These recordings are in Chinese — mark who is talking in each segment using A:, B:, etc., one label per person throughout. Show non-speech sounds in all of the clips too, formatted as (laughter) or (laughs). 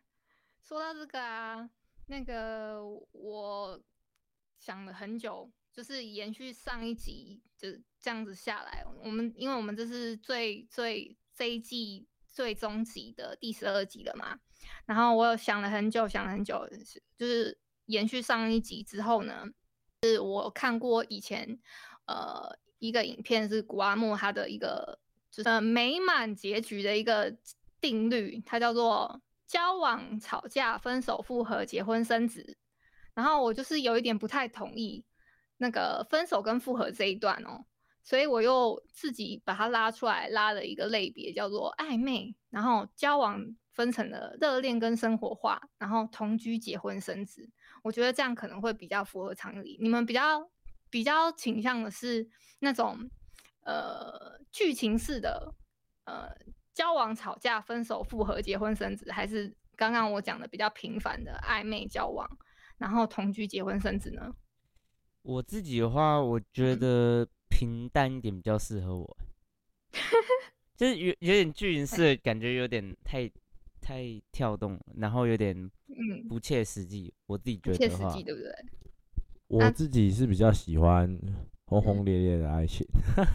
A: 说到这个啊，那个我想了很久，就是延续上一集，就是这样子下来，我们因为我们这是最最这一季最终集的第十二集了嘛，然后我有想了很久，想了很久，就是延续上一集之后呢，是我看过以前呃一个影片是古阿莫他的一个就是呃美满结局的一个定律，它叫做交往、吵架、分手、复合、结婚、生子。然后我就是有一点不太同意那个分手跟复合这一段哦，所以我又自己把它拉出来，拉了一个类别叫做暧昧，然后交往分成了热恋跟生活化，然后同居、结婚、生子。我觉得这样可能会比较符合常理。你们比较比较倾向的是那种呃剧情式的呃交往、吵架、分手、复合、结婚、生子，还是刚刚我讲的比较频繁的暧昧交往，然后同居、结婚、生子呢？
B: 我自己的话，我觉
C: 嗯
B: 得平淡一点比较适
C: (laughs)
B: 合我，就是有有点剧情式的感觉，有点太太跳动，然后有点
A: 嗯，
B: 不切实际。我自己
A: 不
B: 觉
A: 切
B: 得
A: 实
B: 话，
A: 际，对不对？ (laughs)
C: 我自己是比较喜欢轰轰烈烈的爱情，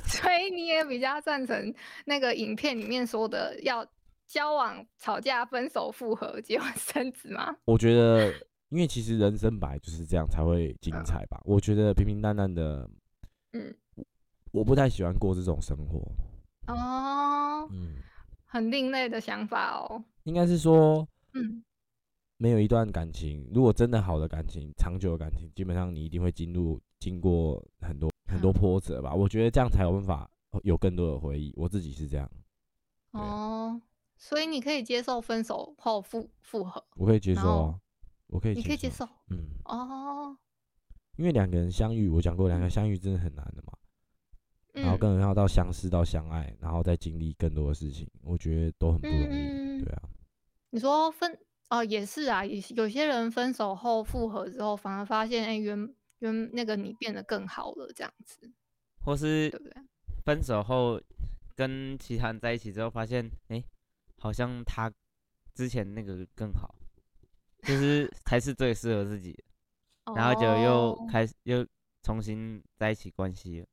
A: 所以你也比较赞成那个影片里面说的要交往、吵架、分手、复合、结婚、生子吗？
C: 我觉得，因为其实人生本来就是这样才会精彩吧。我觉得平平淡淡的，
A: 嗯，
C: 我不太喜欢过这种生活。
A: 哦，
C: 嗯，
A: 很另类的想法哦。
C: 应该是说
A: 嗯，
C: 没有一段感情，如果真的好的感情、长久的感情，基本上你一定会进入经过很多很
A: 嗯
C: 多波折吧。我觉得这样才有办法有更多的回忆。我自己是这样，对
A: 哦，所以你可以接受分手后复复合，
C: 我可以接受
A: 然后
C: 啊，我可以，
A: 哦你可以接，受
C: 嗯。
A: 哦。
C: 因为两个人相遇，我讲过，两个人相遇真的很难的嘛。然后
A: 嗯
C: 更要到相识到相爱，然后再经历更多的事情，我觉得都很不容
A: 嗯
C: 易。对啊，
A: 你说分哦，也是啊，也是有些人分手后复合之后，反而发现哎，原原那个你变得更好了，这样子，
B: 或是
A: 对不对？
B: 分手后跟其他人在一起之后，发现哎、诶好像他之前那个更好，就是才是最适合
A: (laughs)
B: 自己的，然后就又
A: 哦
B: 开始又重新在一起关系了。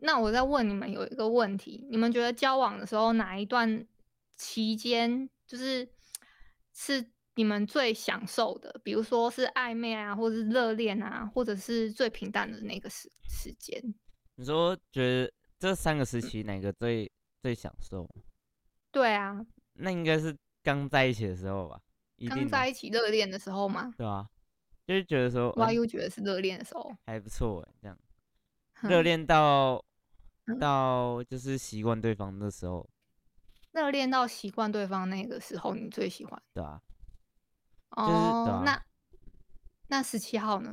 A: 那我再问你们有一个问题，你们觉得交往的时候哪一段期间就是是你们最享受的？比如说是暧昧啊，或者是热恋啊，或者是最平淡的那个时时间？
B: 你说觉得这三个时期哪个最最享受？
A: 对啊，
B: 那应该是刚在一起的时候吧，一定
A: 刚
B: 的
A: 在一起热恋的时候嘛，
B: 对啊，就是觉得说、
A: 我
B: 嗯
A: 又觉得是热恋的时候，
B: 还不错欸这样
A: 哼
B: 热恋到
A: 嗯
B: 到就是习惯对方的时候，
A: 热恋到习惯对方那个时候，你最喜欢
B: 对啊，
A: 哦？
B: 是对啊
A: 那那十七号呢？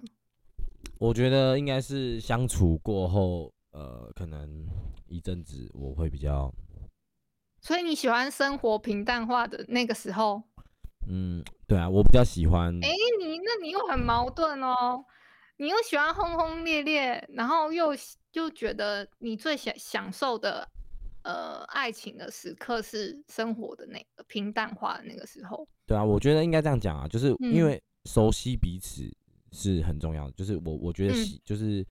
C: 我觉得应该是相处过后，呃，可能一阵子我会比较，
A: 所以你喜欢生活平淡化的那个时候，
C: 嗯，对啊，我比较喜欢，
A: 哎、你那你又很矛盾哦，你又喜欢轰轰烈烈，然后又喜又觉得你最享享受的呃爱情的时刻是生活的那个平淡化的那个时候。
C: 对啊，我觉得应该这样讲啊，就是因
A: 嗯
C: 为熟悉彼此是很重要的。就是我我觉得
A: 嗯
C: 喜、就是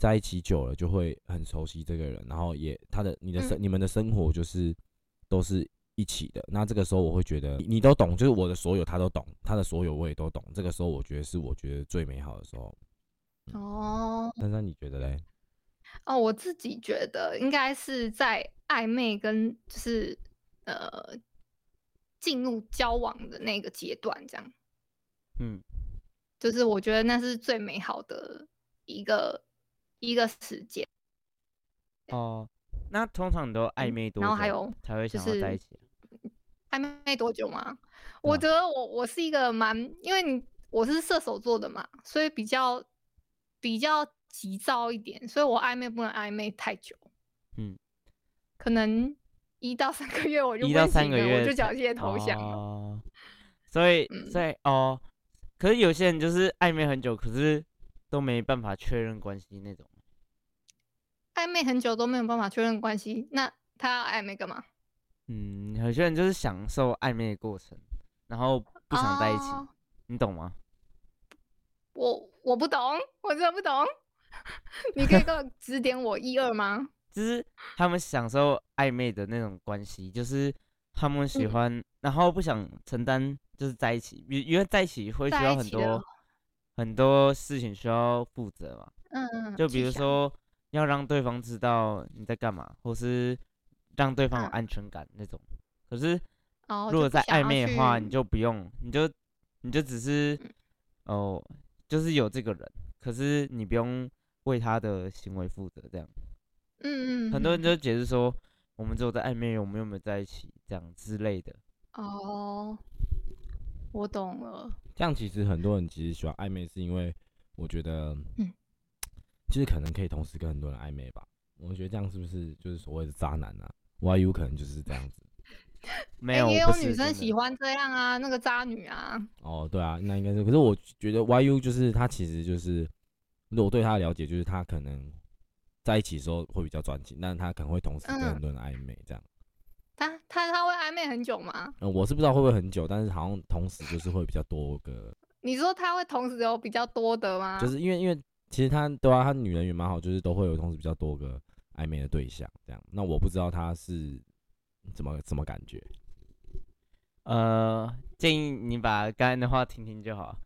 C: 在一起久了就会很熟悉这个人，然后也他的你的
A: 嗯
C: 生、你们的生活就是都是一起的。那这个时候我会觉得你你都懂，就是我的所有他都懂，他的所有我也都懂。这个时候我觉得是我觉得最美好的时候。
B: 嗯
A: 哦，
C: 珊珊，你觉得嘞？
A: 哦，我自己觉得应该是在暧昧跟就是呃进入交往的那个阶段，这样
B: 嗯，
A: 就是我觉得那是最美好的一个一个时间，
B: 哦，那通常你都暧昧
A: 嗯
B: 多
A: 然
B: 久
A: 后还有
B: 才会
A: 就
B: 想要在
A: 是
B: 一起啊？
A: 暧昧多久吗？我觉得我我是一个蛮，因为你我是射手座的嘛，所以比较比较急躁一点，所以我暧昧不能暧昧太久，
B: 嗯，
A: 可能一到三个月我就
B: 一到
A: 分
B: 三
A: 型
B: 个
A: 了
B: 月
A: 我就缴
B: 才
A: 械投降了。
B: 哦，所以
A: 嗯
B: 所以哦，可是有些人就是暧昧很久，可是都没办法确认关系那种。
A: 暧昧很久都没有办法确认关系，那他要暧昧干嘛？
B: 嗯，有些人就是享受暧昧的过程，然后不想在一起，
A: 哦
B: 你懂吗？
A: 我我不懂，我真的不懂。 (laughs) 你可以
B: (laughs)
A: 给我指点我一二吗？
B: 就是他们享受暧昧的那种关系，就是他们喜
A: 嗯
B: 欢，然后不想承担，就是在一起，因因为在一起会需
A: 在
B: 要
A: 一
B: 很
A: 起的
B: 多很多事情需要负责嘛。
A: 嗯，
B: 就比
A: 吉
B: 如
A: 祥，
B: 说要让对方知道你在干嘛，或是让对方
A: 嗯
B: 有安全感那种。可是
A: 哦，
B: 如
A: 就
B: 果
A: 不
B: 在
A: 想
B: 暧
A: 要
B: 昧的话，你
A: 去嗯
B: 就不用，你就你就只是哦，就是有这个人，可是你不用为他的行为负责。这样，
A: 嗯嗯，
B: 很多人
A: 嗯
B: 就解释说，我们只有在暧昧，我们又没有在一起，这样之类的。
A: 哦，我懂了，
C: 这样其实很多人其实喜欢暧昧，是因为我觉得，
A: 嗯，
C: 就是可能可以同时跟很多人暧昧吧。我觉得这样是不是就是所谓的渣男啊？YU 可能就是这样子。
B: 没
A: 诶
B: 有，
A: 哎也
B: 我
A: 有
B: 不
A: 女
B: 是
A: 生
B: 真的
A: 喜欢这样啊，那个渣女啊，
C: 哦，对啊，那应该是。可是我觉得 YU 就是他其实就是，如果我对他的了解，就是他可能在一起的时候会比较专情，但是他可能会同时跟
A: 嗯
C: 很多人暧昧这样。
A: 她她她会暧昧很久吗？
C: 嗯，我是不知道会不会很久，但是好像同时就是会比较多个，
A: 你说她会同时有比较多的吗？
C: 就是因为因为其实他对啊，他女人缘蛮好，就是都会有同时比较多个暧昧的对象这样。那我不知道他是怎么怎么感觉。
B: 呃，建议你把刚才的话听听就好，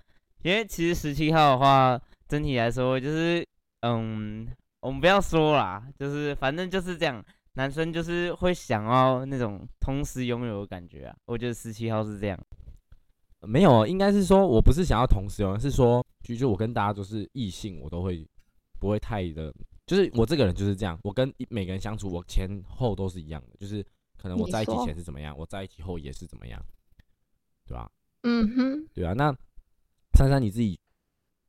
B: 因为其实十七号的话，整体来说就是，嗯，我们不要说啦，就是反正就是这样，男生就是会想要那种同时拥有的感觉啊，我觉得十七号是这样，
C: 呃没有，哦应该是说我不是想要同时哦，是说就就我跟大家都是异性，我都会不会太的，就是我这个人就是这样，我跟一每个人相处，我前后都是一样的，就是可能我
A: 你
C: 在一起
A: 说
C: 前是怎么样，我在一起后也是怎么样，对吧、
A: 嗯哼，
C: 对啊，那珊珊你自己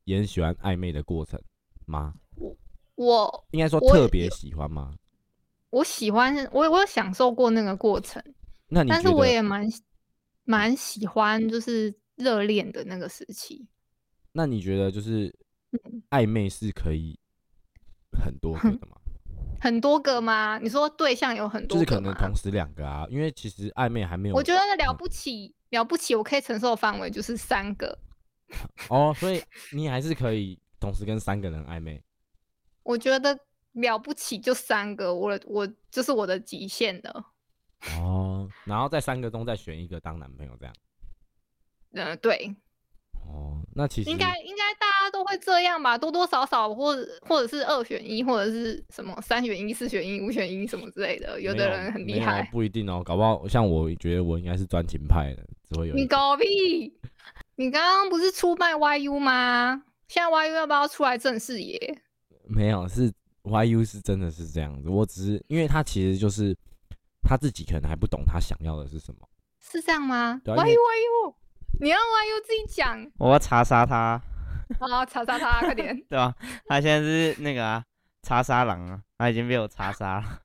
C: 也很喜欢暧昧的过程吗？
A: 我
C: 应该说
A: 我
C: 特
A: 也
C: 别喜欢吗？
A: 我喜欢，我我有享受过那个过程。
C: 那你
A: 但
C: 觉
A: 是我
C: 得？
A: 也蛮喜蛮喜欢，就是热恋的那个时期。
C: 那你觉得就是
A: 嗯
C: 暧昧是可以很多个的吗？
A: 很多个吗？你说对象有很
C: 就
A: 多
C: 是
A: 个
C: 可
A: 吗
C: 能？同时两个啊，因为其实暧昧还没有。
A: 我觉得那了
C: 嗯
A: 不起，了不起，我可以承受的范围就是三个。
C: 哦，所以你还是可以同时跟三个人暧昧。
A: 我觉得了不起就三个，我的我就是我的极限了。
C: 哦，然后在三个中再选一个当男朋友这样。
A: 嗯、对，
C: 哦，那其实
A: 应该应该大家都会这样吧，多多少少，或者或者是二选一，或者是什么三选一、四选一、五选一什么之类的。有
C: 没
A: 的人很
C: 没
A: 厉
C: 有
A: 害，
C: 不一定哦，搞不好像我觉得我应该是专情派的，只会有一
A: 你
C: 个。
A: 狗屁！你刚刚不是出卖 YU 吗？现在 YU 要不要出来正视野？
C: 没有是 YU 是真的是这样子，我只是因为他其实就是他自己可能还不懂他想要的是什么。
A: 是这样吗、
C: 对啊
A: y u
C: 因为
A: YU，你让 YU 自己讲。
B: 我要查杀他，
A: 好，查查他，快
C: (laughs)
A: 点！
B: 对吧、 (laughs) 他现在是那个啊，查杀狼啊，他已经被我查杀了，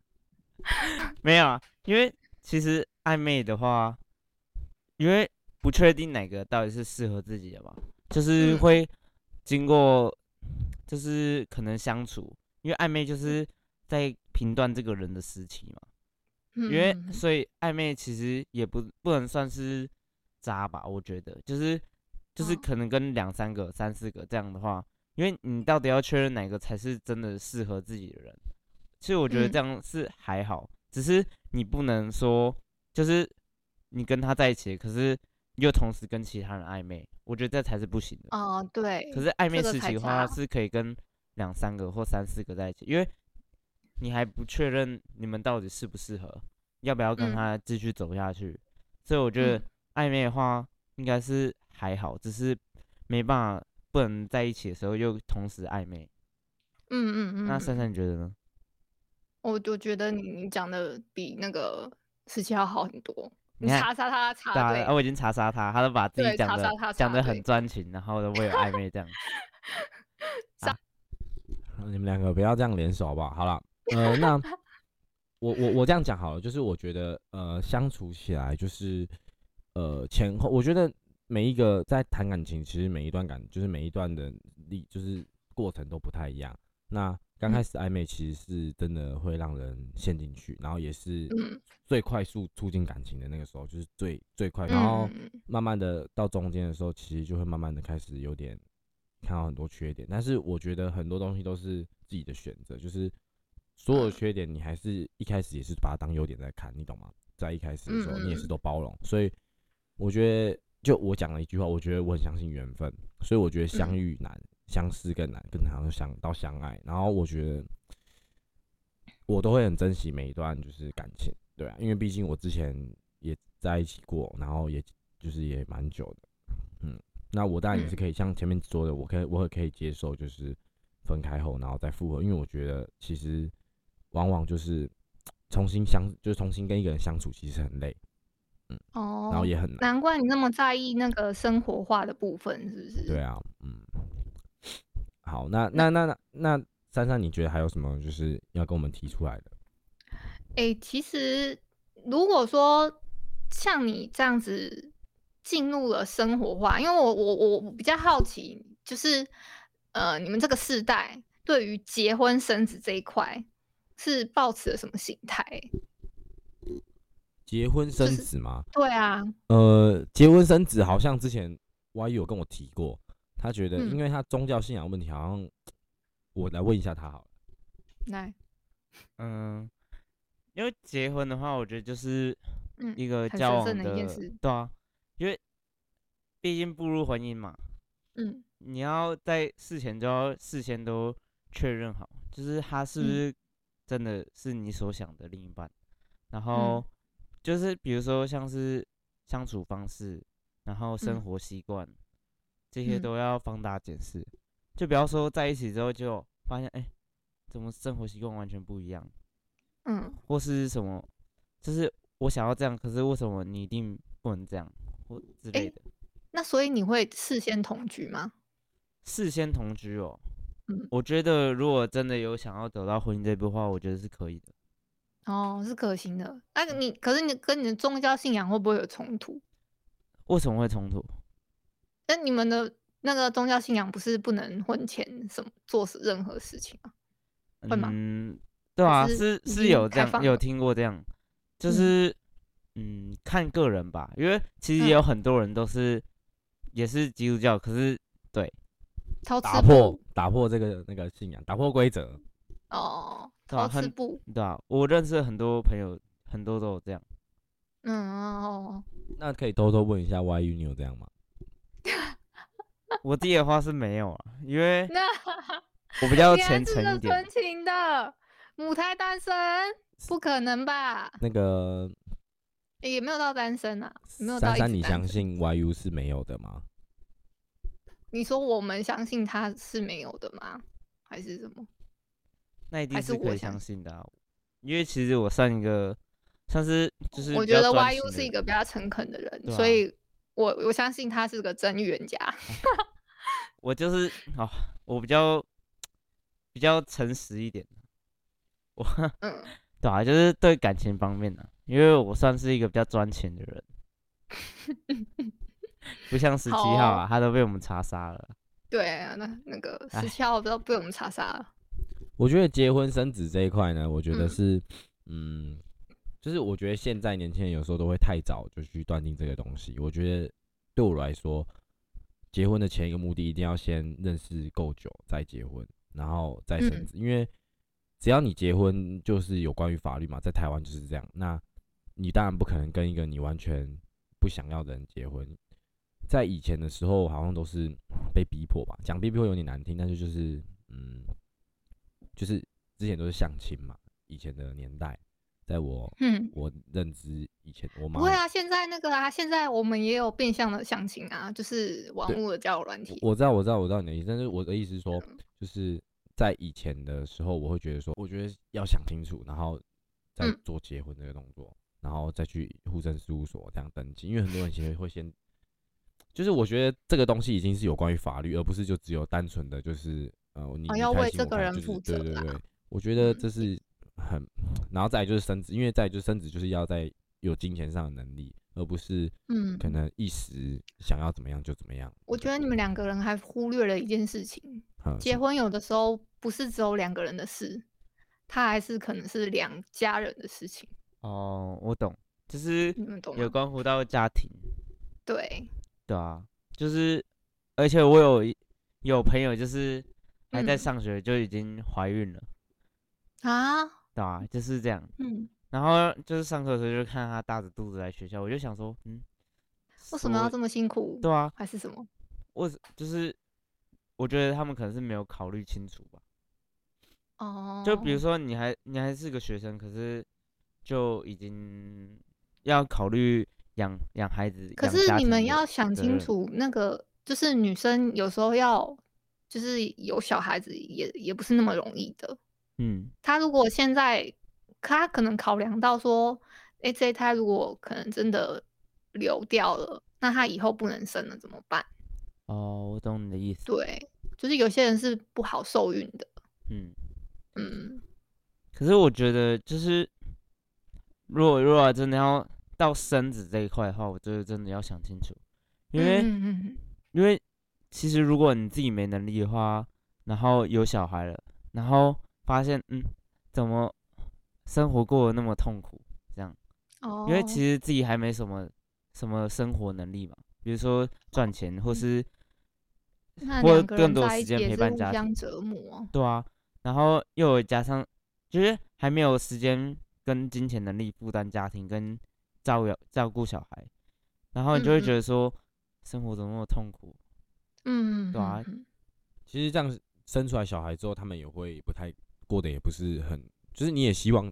B: (laughs) 没有啊，因为其实暧昧的话，因为不确定哪个到底是适合自己的吧，就是
A: 嗯
B: 会经过，就是可能相处，因为暧昧就是在评断这个人的啊时期嘛，
A: 因
B: 因为
A: 嗯
B: 所以暧昧其实也不不能算是渣吧，我觉得就是就是
A: 哦
B: 可能跟两三个、三四个这样的话，因为你到底要确认哪个才是真的适合自己的人，其实我觉得
A: 嗯
B: 这样是还好，只是你不能说就是你跟他在一起，可是又同时跟其他人暧昧，我觉得这才是不行的。
A: 哦，对，
B: 可是暧昧
A: 这个
B: 时
A: 才
B: 期的话
A: 渣
B: 是可以跟两三个或三四个在一起，因为你还不确认你们到底适不适合，要不要跟
A: 嗯
B: 他继续走下去。所以我觉得
A: 嗯
B: 暧昧的话应该是还好，只是没办法不能在一起的时候又同时暧昧。
A: 嗯嗯嗯，
B: 那珊珊你觉得呢？
A: 我就觉得你你讲的比那个十七号好很多，你
B: 看
A: 查查他查
B: 对
A: 对
B: 啊，啊，我已经查杀他，他都把自己
A: 对
B: 讲
A: 查
B: 的
A: 杀他
B: 讲
A: 查
B: 的
A: 对
B: 很专情，然后都会有暧昧这样。
C: 你们两个不要这样联手好不好？好了，呃，
A: (laughs)
C: 那我我我这样讲好了，就是我觉得呃相处起来就是呃前后，我觉得每一个在谈感情，其实每一段感就是每一段的历就是过程都不太一样。那刚
A: 嗯
C: 开始暧昧其实是真的会让人陷进去，然后也是
A: 嗯
C: 最快速促进感情的那个时候，就是最最快，然后
A: 嗯嗯
C: 慢慢的到中间的时候，其实就会慢慢的开始有点看到很多缺点，但是我觉得很多东西都是自己的选择，就是所有的
A: 嗯
C: 缺点你还是一开始也是把它当优点在看，你懂吗？在一开始的时候，你也是
A: 嗯
C: 都包容，所以我觉得就我讲了一句话，我觉得我很相信缘分，所以我觉得相
A: 嗯
C: 遇难，相识更难，更难相到相爱，然后我觉得我都会很珍惜每一段就是感情，对啊，因为毕竟我之前也在一起过，然后也就是也蛮久的，嗯，那我当然也是可以像前面说的，我可以我也可以接受，就是分开后然后再复合，因为我觉得其实往往就是重新相，就是重新跟一个人相处，其实很累，
A: 哦，
C: 然后也很难，
A: 难怪你那么在意那个生活化的部分，是不是？
C: 对啊，嗯，好，那那那那那珊珊，你觉得还有什么就是要跟我们提出来的？
A: 哎、其实如果说像你这样子进入了生活化，因为我我我我比较好奇，就是呃，你们这个世代对于结婚生子这一块是抱持了什么心态？
C: 结婚生
A: 是
C: 子吗？
A: 对啊，
C: 呃，结婚生子好像之前 Y 有跟我提过，他觉得
A: 嗯
C: 因为他宗教信仰问题，好像我来问一下他好了。
A: 哦来，
B: 嗯，因为结婚的话，我觉得就是
A: 嗯
B: 一个
A: 很
B: 交
A: 神
B: 往
A: 圣的一件事
B: 对啊，因为毕竟步入婚姻嘛，
A: 嗯
B: 你要在事前就要事先都确认好，就是他是不
A: 嗯
B: 是真的是你所想的另一半，
A: 嗯
B: 然后就是比如说像是相处方式，然后生
A: 嗯
B: 活习惯、这些
A: 嗯
B: 都要放大检视，就不要说在一起之后就发现哎、怎么生活习惯完全不一样。
A: 嗯
B: 或是什么，就是我想要这样，可是为什么你一定不能这样，或之类
A: 诶
B: 的。
A: 那所以你会事先同居吗？
B: 事先同居哦，
A: 嗯
B: 我觉得如果真的有想要走到婚姻这一步的话，我觉得是可以的。
A: 哦，是可行的。那、你可是你跟你的宗教信仰会不会有冲突？
B: 为什么会冲突？
A: 那你们的那个宗教信仰不是不能婚前什么做事任何事情吗？会吗
B: 嗯，对
A: 还
B: 啊，
A: 是
B: 是
A: 已
B: 是
A: 经
B: 有这
A: 开
B: 样
A: 放
B: 有
A: 了
B: 听过这样，就
A: 嗯
B: 是嗯看个人吧，因为其实
A: 嗯
B: 也有很多人都是、也是基督教，可是
A: 偷吃
C: 打破
A: 布
C: 打破这个那个信仰，打破规则。
A: 哦，
B: 对啊
A: 偷吃
B: 很
A: 布，
B: 对啊，我认识很多朋友，很多都有这样。
A: 嗯哦，
C: 那可以偷偷问一下 YU，你有这样吗？
B: 我自己的话是没有啊，因为
A: 那
B: 我比
A: (laughs)
B: 较
A: 原来
B: 虔
A: 是
B: 诚一
A: 热
B: 点
A: 纯。情的母胎单身，不可能吧？
C: 那个
A: 也没有到单身啊，没有到
C: 珊
A: 一
C: 珊，
A: 直
C: 你
A: 单
C: 相
A: 身？
C: 信 YU 是没有的吗？
A: 你说我们相信他是没有的吗？还是什么？
B: 那一定
A: 还是
B: 是可
A: 我
B: 以
A: 相
B: 相信的、啊，因为其实我算一个算是就是
A: 我
B: 比
A: 觉
B: 较
A: 得
B: 专心
A: YU
B: 的
A: 是一
B: 人
A: 个比较诚恳的人，
B: 对啊
A: 所以我我相信他是个真预言家。
B: 我就是哦，我比较比较诚实一点，我
A: 嗯，
B: 对啊，就是对感情方面呢、因为我算是一个比较专情的人，
A: (laughs)
B: 不像十七
A: 好
B: 号啊
A: 哦，
B: 他都被我们查杀了。
A: 对啊，那那个
B: 哎
A: 十七号不知道被我们查杀了。
C: 我觉得结婚生子这一块呢，我觉得
A: 嗯
C: 是，嗯就是我觉得现在年轻人有时候都会太早就去断定这个东西。我觉得对我来说，结婚的前一个目的一定要先认识够久再结婚，然后再生
A: 嗯
C: 子，因为只要你结婚，就是有关于法律嘛，在台湾就是这样。那你当然不可能跟一个你完全不想要的人结婚。在以前的时候，好像都是被逼迫吧，讲逼迫有点难听，但是就是嗯，就是之前都是相亲嘛，以前的年代，在我
A: 嗯，
C: 我认知以前，我妈
A: 不会啊，现在那个啊，现在我们也有变相的相亲啊，就是网
C: 对
A: 络的嗯交友软体。
C: 我知道，我知道，我知道你的意思，但是我的意思是说，就是在以前的时候，我会觉得说，我觉得要想清楚，然后再
A: 嗯
C: 做结婚这个动作，然后再去户政事务所这样登记，因为很多人其实会先， (laughs) 就是我觉得这个东西已经是有关于法律，而不是就只有单纯的就是呃，你
A: 哦
C: 你
A: 要
C: 开
A: 为
C: 心
A: 这
C: 我
A: 个
C: 开
A: 人
C: 就是
A: 负责
C: 对对
A: 啦
C: 对，我觉得
A: 嗯
C: 这是很，然后再来就是升职，因为再来就是升职就是要在有金钱上的能力，而不是
A: 嗯，
C: 可能一时想要怎么样就怎么样。
A: 我觉得你们两个人还忽略了一件事情，
C: 嗯
A: 结
C: 是
A: 婚有的时候不是只有两个人的事，它还是可能是两家人的事情，
B: 哦，我懂，就是
A: 你们懂啊
B: 有
A: 吗？
B: 关乎到家庭，
A: 对，
B: 对啊，就是，而且我有一有朋友就是还在
A: 嗯
B: 上学就已经怀孕了，
A: 啊，
B: 对啊，就是这样。
A: 嗯，
B: 然后就是上课的时候就看他大着肚子来学校，我就想说，嗯，
A: 为什么要
B: 所
A: 这么辛苦？
B: 对啊，
A: 还是什么？
B: 我就是我觉得他们可能是没有考虑清楚吧。
A: 哦，
B: 就比如说你还你还是个学生，可是就已经要考虑养养孩子，
A: 可
B: 养
A: 是
B: 家
A: 你
B: 庭
A: 们
B: 的
A: 要想
B: 责
A: 清
B: 任，
A: 楚，那个就是女生有时候要，就是有小孩子也也不是那么容易的。
B: 嗯，
A: 她如果现在，她可能考量到说，哎，这一胎如果可能真的流掉了，那她以后不能生了怎么办？
B: 哦，我懂你的意思，
A: 对，就是有些人是不好受孕的。
B: 嗯，
A: 嗯，
B: 可是我觉得就是，如果如果真的要到生子这一块的话，我觉得真的要想清楚，因为、
A: 嗯嗯嗯
B: 因为其实如果你自己没能力的话，然后有小孩了，然后发现嗯，怎么生活过得那么痛苦？
A: 嗯哦，
B: 因为其实自己还没什么什么生活能力嘛，比如说赚钱或
A: 嗯
B: 是
A: 那
B: 或
A: 两个
B: 更
A: 人
B: 多
A: 在
B: 时
A: 一起
B: 间
A: 也
B: 陪
A: 是
B: 伴
A: 互
B: 家
A: 相
B: 庭
A: 折磨。
B: 对啊，
A: 嗯
B: 然后又有加上就是还没有时间跟金钱能力负担家庭跟照料照顾小孩，然后你就
A: 嗯
B: 会
A: 嗯
B: 觉得说生活怎么那么痛苦？
A: 嗯，
B: 对啊
A: 嗯嗯嗯
C: 其实这样生出来小孩之后，他们也会不太过得也不是很，就是你也希望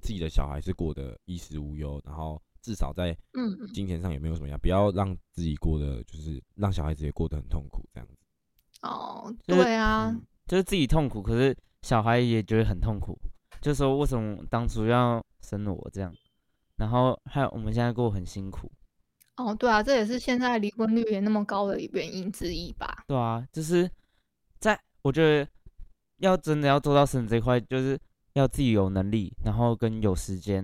C: 自己的小孩是过得衣食无忧，然后至少在
A: 嗯，嗯
C: 金钱上也没有什么样，不要让自己过得就是让小孩子也过得很痛苦这样子。
A: 哦，
B: 就是
A: 对啊，
B: 嗯，就是自己痛苦，可是小孩也觉得很痛苦，就说为什么当初要生我这样，然后还有我们现在过得很辛苦，
A: 哦，对啊，这也是现在离婚率也那么高的原因之一吧。
B: 对啊，就是在我觉得要真的要做到生子这一块，就是要自己有能力，然后跟有时间，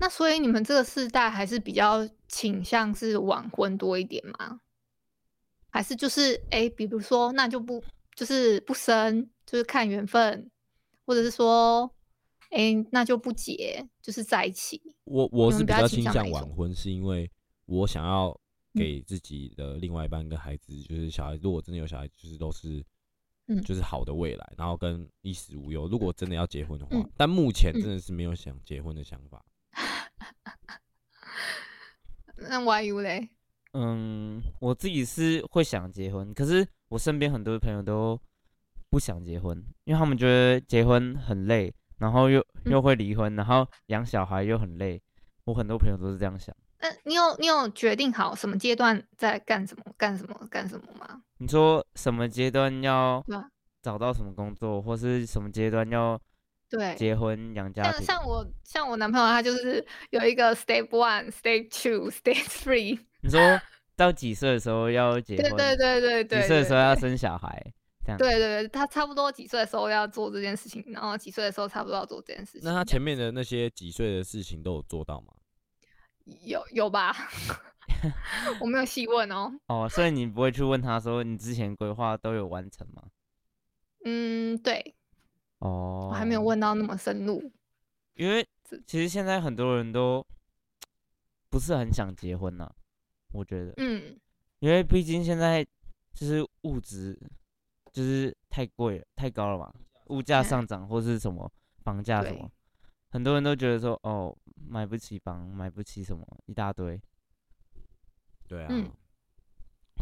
A: 那所以你们这个世代还是比较倾向是晚婚多一点吗？还是就是诶，比如说那就不就是不生，就是看缘分，或者是说诶，那就不结，就是在一起。
C: 我我
A: 你
C: 是
A: 们比
C: 比
A: 较
C: 较
A: 倾
C: 倾
A: 向哪
C: 向
A: 一
C: 晚
A: 种嗯
C: 婚，是因为我想要给自己的另外一半跟孩子，就是小孩，如果真的有小孩，就是都是。
A: 嗯
C: 就是好的未来，然后跟衣食无忧。如果真的要结婚的话，
A: 嗯
C: 但目前
A: 嗯
C: 真的是没有想结婚的想法。
A: 那 why you 嘞？
B: 嗯，我自己是会想结婚，可是我身边很多朋友都不想结婚，因为他们觉得结婚很累，然后又又
A: 嗯
B: 会离婚，然后养小孩又很累。我很多朋友都是这样想。
A: 那你有你有决定好什么阶段在干什么干什么干什么吗？
B: 你说什么阶段要
A: 对啊
B: 找到什么工作，或是什么阶段要
A: 对，
B: 结婚养家
A: 像
B: 庭？
A: 像我像我男朋友，他就是有一个 step one、step two、step three，
B: 你说到几岁的时候要结
A: 对
B: 婚？
A: 对对对对，
B: 几岁的时候
A: 对
B: 要生小孩？这样。
A: 对对对，他差不多几岁的时候要做这件事情，然后几岁的时候差不多要做这件事情。
C: 那他前面的那些几岁的事情都有做到吗？
A: 有有吧？ (laughs) 我没有细问哦。
B: 哦，所以你不会去问他说你之前规划都有完成吗？
A: 嗯，对，
B: 哦，
A: 我还没有问到那么深入。
B: 因为
A: 这
B: 其实现在很多人都不是很想结婚了、我觉得，
A: 嗯，
B: 因为毕竟现在就是物质就是太贵了，太高了嘛，物价
A: 嗯
B: 上涨或是什么房价什
A: 对
B: 么，很多人都觉得说哦买不起房，买不起什么一大堆，
C: 对啊，
A: 嗯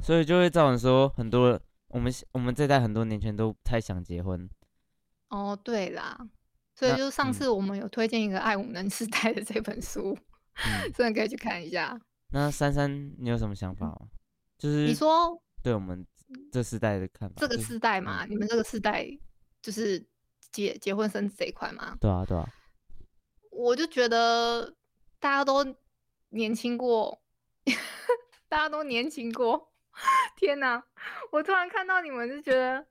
B: 所以就会造成说很多我们我们这代很多年轻人都不太想
A: (laughs)
B: 结婚，
A: 哦，对啦，所以
B: 那
A: 就上
B: 嗯
A: 次我们有推荐一个《爱无能时代》的这本书，，
B: 嗯
A: 真的可以去看一下。
B: 那珊珊你有什么想法吗？就是
A: 你说
B: 对我们这世代的看法，
A: 这个
B: 嗯就是嗯
A: 世代嘛，你们这个世代就是结结婚生子这一块嘛，
B: 对啊对啊，
A: 我就觉得大家都年轻过， (laughs) 大家都年轻过。 (laughs) 天哪！我突然看到你们就觉得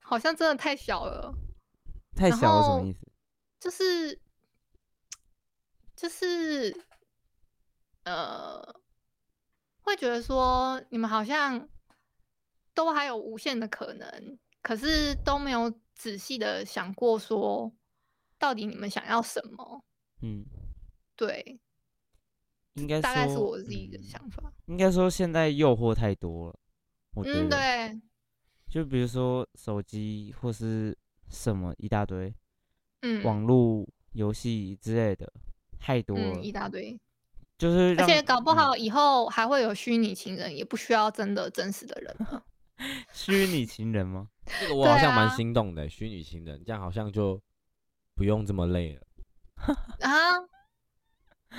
A: 好像真的太小了，
B: 太
A: 然
B: 小了什
A: 后
B: 么意思？
A: 就是就是呃，会觉得说你们好像都还有无限的可能，可是都没有仔细的想过说到底你们想要什么。
B: 嗯，
A: 对，
B: 应该
A: 大概是
B: 说
A: 我自己的
B: 嗯
A: 想法。
B: 应该说现在诱惑太多了，我觉得，
A: 嗯，对，
B: 就比如说手机或是什么一大堆、
A: 嗯，
B: 网络游戏之类的，太多了，
A: 嗯一大堆，
B: 就是
A: 而
B: 让
A: 且搞不
B: 嗯
A: 好以后还会有虚拟情人，也不需要真的真实的人了。
B: 嗯虚拟情人吗？
C: 这
A: (laughs)
C: 个我好像蛮
A: 对啊
C: 心动的、虚拟情人，这样好像就不用这么累了。
A: 啊？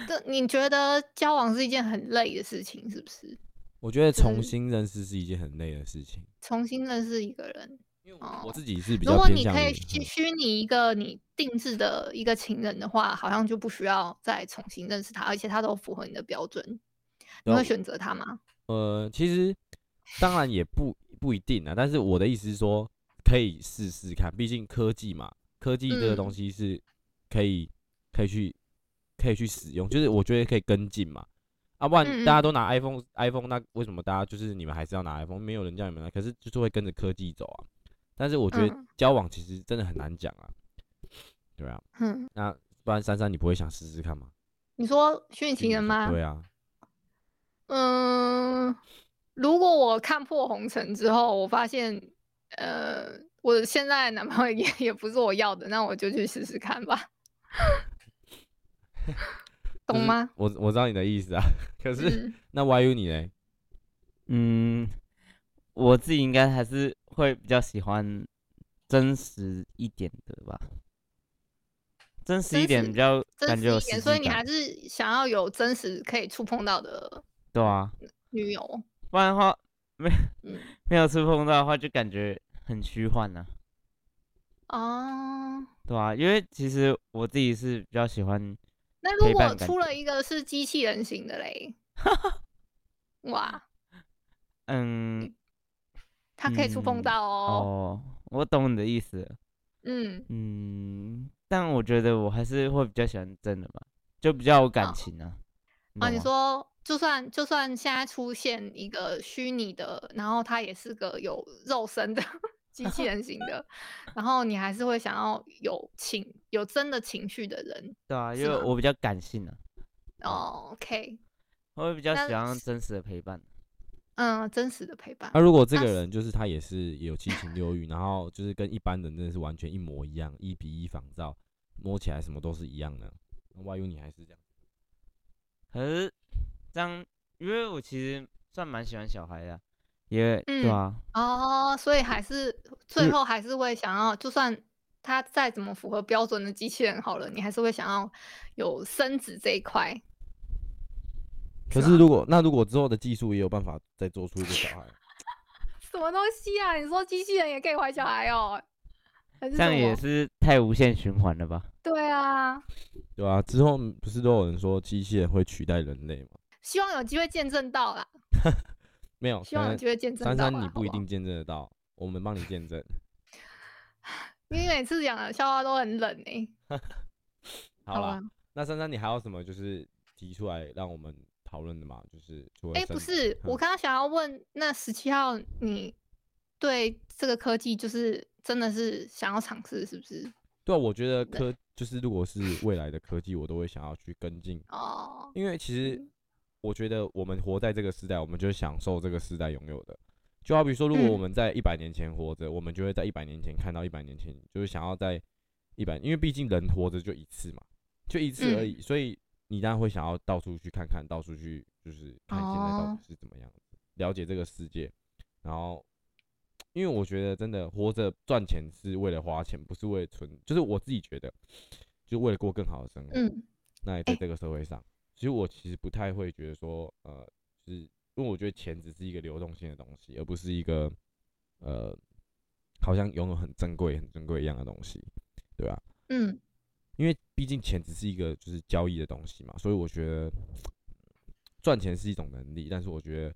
A: 这你觉得交往是一件很累的事情，是不是？
C: 我觉得
A: 就是
C: 重新认识是一件很累的事情，
A: 重新认识一个人，
C: 因为
A: 哦
C: 我自己是比
A: 如
C: 较
A: 果
C: 偏
A: 你
C: 向
A: 可以
C: 于嗯
A: 虚虚拟一个你定制的一个情人的话，好像就不需要再重新认识他，而且他都符合你的标准，你
C: 然后
A: 会选择他吗？
C: 呃，其实当然也不不一定啊，但是我的意思是说，可以试试看，毕竟科技嘛，科技这
A: 嗯
C: 个东西是可以、可以去可以去使用，就是我觉得可以跟进嘛。啊，不
A: 嗯
C: 然
A: 嗯
C: 大家都拿 iPhone，iPhone 那为什么大家就是你们还是要拿 iPhone？没有人叫你们拿，可是就是会跟着科技走啊。但是我觉得
A: 嗯
C: 交往其实真的很难讲啊，对啊。
A: 嗯，
C: 那不然珊珊，你不会想试试看吗？
A: 你说虚拟情人吗？
C: 对啊，
A: 嗯，如果我看破红尘之后，我发现，呃，我现在的男朋友也也不是我要的，那我就去试试看吧，
C: 就
A: 懂
C: 是
A: 吗？
C: 我我知道你的意思啊， (laughs) 可是、
A: 嗯，
C: 那 YU 你嘞？
B: 嗯，我自己应该还是会比较喜欢真实一点的吧，真实
A: 真
B: 一点
A: 实
B: 比较
A: 真
B: 感
A: 实
B: 觉有
A: 一
B: 实
A: 点，所以
B: 际
A: 你
B: 感
A: 还是想要有真实可以触碰到的
B: 对啊，
A: 女友。
B: 不然的话没
A: 嗯
B: (laughs) 没有触碰到的话，就感觉很虚幻呢、
A: 哦，
B: 对啊，因为其实我自己是比较喜欢，
A: 那如
B: 陪
A: 果
B: 伴感
A: 出
B: 觉
A: 了一个是机器人型的
B: (laughs)
A: 嘞，哇，
B: 嗯，
A: 它可以触碰
B: 嗯
A: 到哦，
B: 哦，我懂你的意思了，
A: 嗯，
B: 嗯，但我觉得我还是会比较喜欢真的吧，就比较有感
A: 哦
B: 情啊。
A: 啊，你
B: 懂吗
A: 说就算就算现在出现一个虚拟的，然后它也是个有肉身的 (laughs) 机器人型的，然后你还是会想要有情有真的情绪的人。
B: 对啊，因
A: 是
B: 为
A: 吗
B: 我比较感性啊，
A: 哦，OK，
B: 我会比较
A: 那
B: 喜欢真实的陪伴。
A: 嗯，真实的陪伴
C: 那、。如果这
A: 那
C: 个
A: 是
C: 人就是他也是有七情六欲，然后就是跟一般人真的是完全一模一样，一比一仿照，摸起来什么都是一样的。那 YU 你还是这样？
B: 可是这样，因为我其实算蛮喜欢小孩的啊，也对
A: 嗯
B: 啊，
A: 哦，所以还是最
B: 嗯
A: 后还是会想要，就算它再怎么符合标准的机器人好了，你还是会想要有生殖这一块。
C: 可
A: 是
C: 是
A: 啊
C: 如果那如果之后的技术也有办法再做出一个小孩，
A: 什么东西啊？你说机器人也可以怀小孩哦？还是
B: 这样
A: 什
B: 也
A: 么
B: 是太无限循环了吧？
A: 对啊。
C: 对啊，之后不是都有人说机器人会取代人类吗？
A: 希望有机会见证到啦，
C: 没有，
A: 希
C: 可
A: 望有
C: 能
A: 机会见证
C: 哦珊
A: 到
C: 珊
A: 啦
C: 你
A: 好
C: 不一
A: 好
C: 定见证得到，我们帮你
A: (laughs)
C: 见证。
A: 你每次讲的笑话都很冷哎、
C: 好啦，
A: 吧？
C: 那珊珊你还有什么就是提出来让我们讨论的吗？就是除了
A: 哎、不
C: 生
A: 是，我
C: 嗯
A: 刚刚想要问，那十七号你对这个科技就是真的是想要尝试，是不是？
C: 对啊，我觉得科就是如果是未来的科技，我都会想要去跟进，
A: 哦，
C: 因为其实我觉得我们活在这个时代，我们就是享受这个时代拥有的。就好比说，如果
A: 嗯
C: 我们在一百年前活着，我们就会在一百年前看到一百年前，就是想要在一百，因为毕竟人活着就一次嘛，就一次而
A: 嗯
C: 已，所以你当然会想要到处去看看，到处去就是看现在到
A: 哦
C: 底是怎么样子，了解这个世界。然后，因为我觉得真的活着赚钱是为了花钱，不是为了存，就是我自己觉得，就是为了过更好的生活。
A: 嗯，
C: 那也在
A: 哎
C: 这个社会上，其实我其实不太会觉得说，呃，就是因为我觉得钱只是一个流动性的东西，而不是一个呃，好像拥有很珍贵、很珍贵一样的东西，对吧、
A: 嗯，
C: 因为毕竟钱只是一个就是交易的东西嘛，所以我觉得赚钱是一种能力，但是我觉得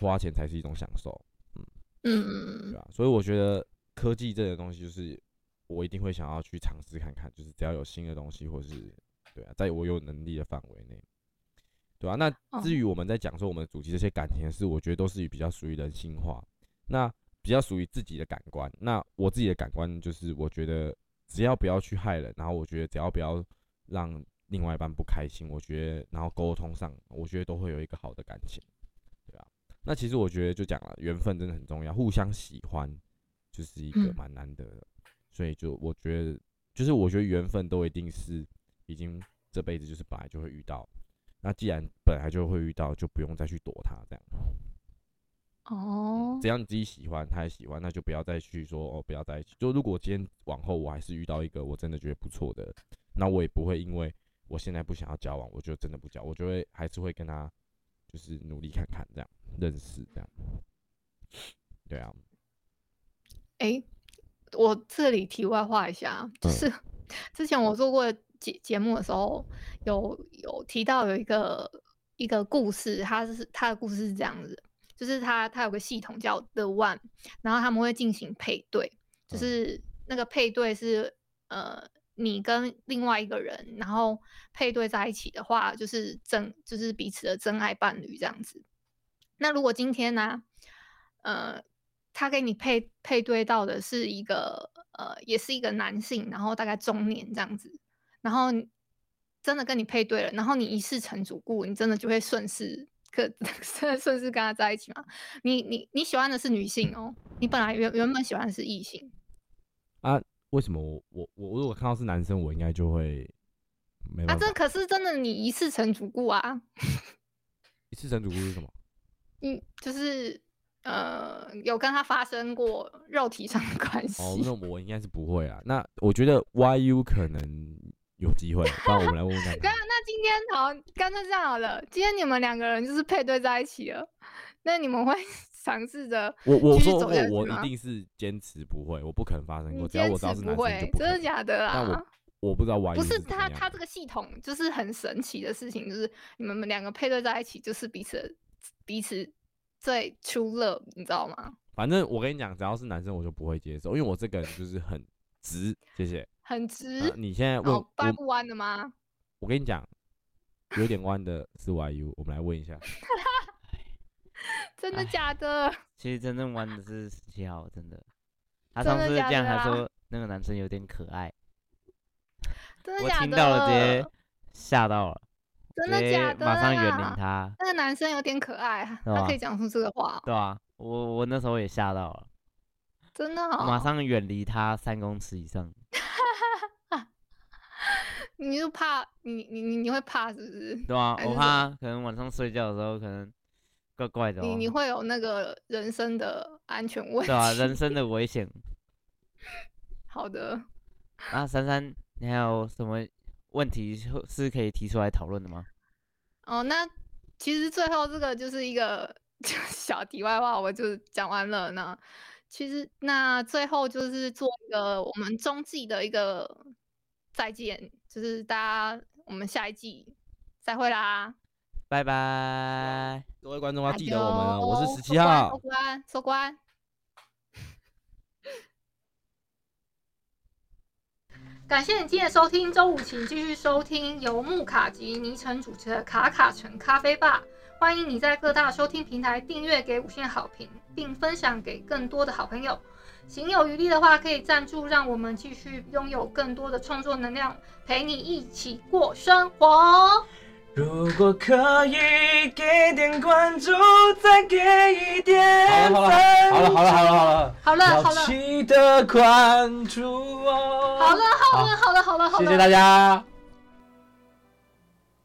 C: 花钱才是一种享受，
A: 嗯嗯
C: 对
A: 嗯，
C: 吧、所以我觉得科技这个东西，就是我一定会想要去尝试看看，就是只要有新的东西，或是对啊，在我有能力的范围内，对啊。那
A: 哦
C: 至于我们在讲说我们的主题这些感情的事，我觉得都是比较属于人性化，那比较属于自己的感官。那我自己的感官就是，我觉得只要不要去害人，然后我觉得只要不要让另外一半不开心，我觉得然后沟通上，我觉得都会有一个好的感情，对吧、那其实我觉得就讲了，缘分真的很重要，互相喜欢就是一个
A: 嗯
C: 蛮难得的，所以就我觉得，就是我觉得缘分都一定是已经这辈子就是本来就会遇到，那既然本来就会遇到，就不用再去躲它这样。
A: 哦，
C: 只要你自己喜欢，他也喜欢，那就不要再去说哦，不要在一起。就如果今天往后我还是遇到一个我真的觉得不错的，那我也不会因为我现在不想要交往，我就真的不交，我就会还是会跟他就是努力看看这样认识这样。对啊，
A: 诶，我这里题外话一下，就
C: 嗯
A: 是 (laughs) 之前我做过节节目的时候，有有提到有一个一个故事，它是它的故事是这样子的，就是它它有个系统叫 The One，然后他们会进行配对，就
C: 嗯
A: 是那个配对是呃你跟另外一个人，然后配对在一起的话，就是真就是彼此的真爱伴侣这样子。那如果今天呢、呃，他给你配配对到的是一个呃，也是一个男性，然后大概中年这样子，然后你真的跟你配对了，然后你一世成主顾，你真的就会顺势跟 (laughs) 真的顺势跟他在一起吗？你你你喜欢的是女性哦，你本来原原本喜欢的是异性，
C: 为什么我我我如果看到是男生，我应该就会没
A: 啊，
C: 办法。
A: 这可是真的，你一世成主顾啊，
C: 一次成主顾是什么？
A: 嗯，就是呃，有跟他发生过肉体上的关系，
C: 哦，那我应该是不会啊。那我觉得 YU 可能有
A: (laughs)
C: 机会，不然我们来问问看
A: 对
C: 他
A: 啊，。那今天好，干脆这样好了。今天你们两个人就是配对在一起了，那你们会 (laughs) 尝试着
C: 我我
A: 继续
C: 说
A: 走下去
C: 过，我
A: 吗
C: 一定是坚持不会，我不可能发生
A: 你
C: 过。只要
A: 坚
C: 哎我知道
A: 持
C: 是
A: 不
C: 男生就
A: 会，
C: 不可
A: 真的
C: 能。
A: 假的
C: 但
A: 啊？
C: 我不知道 Y
A: 不是
C: 怎
A: 他，
C: 么
A: 他
C: 样。
A: 这个系统就是很神奇的事情，就是你们两个配对在一起，就是彼此的彼此最 true love，你知道吗？
C: 反正我跟你讲，只要是男生我就不会接受，因为我这个人就是很直。谢谢。
A: 很直，
C: 呃你现在
A: 然
C: 问
A: 后掰
C: 我，
A: 不弯的吗？
C: 我跟你讲，有点弯的是 YU，我们来问一下。
A: 真的
B: 哎
A: 假的？
B: 其实真正玩的是十七号，真的。他
A: 真
B: 上
A: 的
B: 次
A: 假
B: 这样
A: 的
B: 还
A: 啊
B: 说那个男生有点可爱，
A: 真的
B: 我
A: 假的？
B: 听到了直接吓到了，
A: 真
B: 直
A: 的假
B: 接
A: 的？
B: 马上远离。他，
A: 那个男生有点可爱，
B: 对
A: 他
B: 吧
A: 可以讲出这个话哦，
B: 对啊，我我那时候也吓到了，
A: 真的、哦。
B: 马上远离他三公尺以上。
A: 你就怕你你你你会怕是不是？
B: 对啊，
A: 还
B: 我
A: 是什
B: 怕可能晚上睡觉的时候可能怪怪的、哦，
A: 你你会有那个人生的安全问题。
B: 对啊，人生的危险。
A: 好的，
B: 那珊珊，你还有什么问题是是可以提出来讨论的吗？
A: 哦，那其实最后这个就是一个 (laughs) 就是小题外话，我就讲完了呢。其实那最后就是做一个我们中继的一个再见，就是大家我们下一季再会啦。
B: 拜拜。
C: 各位观众要记得
A: 哎
C: 我们哦，我
A: 呦
C: 是十七
A: 收官
C: 号
A: 收。官收官。 (laughs) 感谢你今天的收听，周五请继续收听由木卡及尼城主持的《卡卡城咖啡吧》。欢迎你在各大收听平台订阅、给五星好评，并分享给更多的好朋友。行有余力的话，可以赞助，让我们继续拥有更多的创作能量，陪你一起过生活。
B: 如果可以给点关注，再给一点
D: 好了好了好了好了好了好
A: 好了，好
D: 了，
A: 了，
D: 要记得关注哦。
C: 啊
A: 好了，好了，好了，好了，好了，
D: 谢谢大家。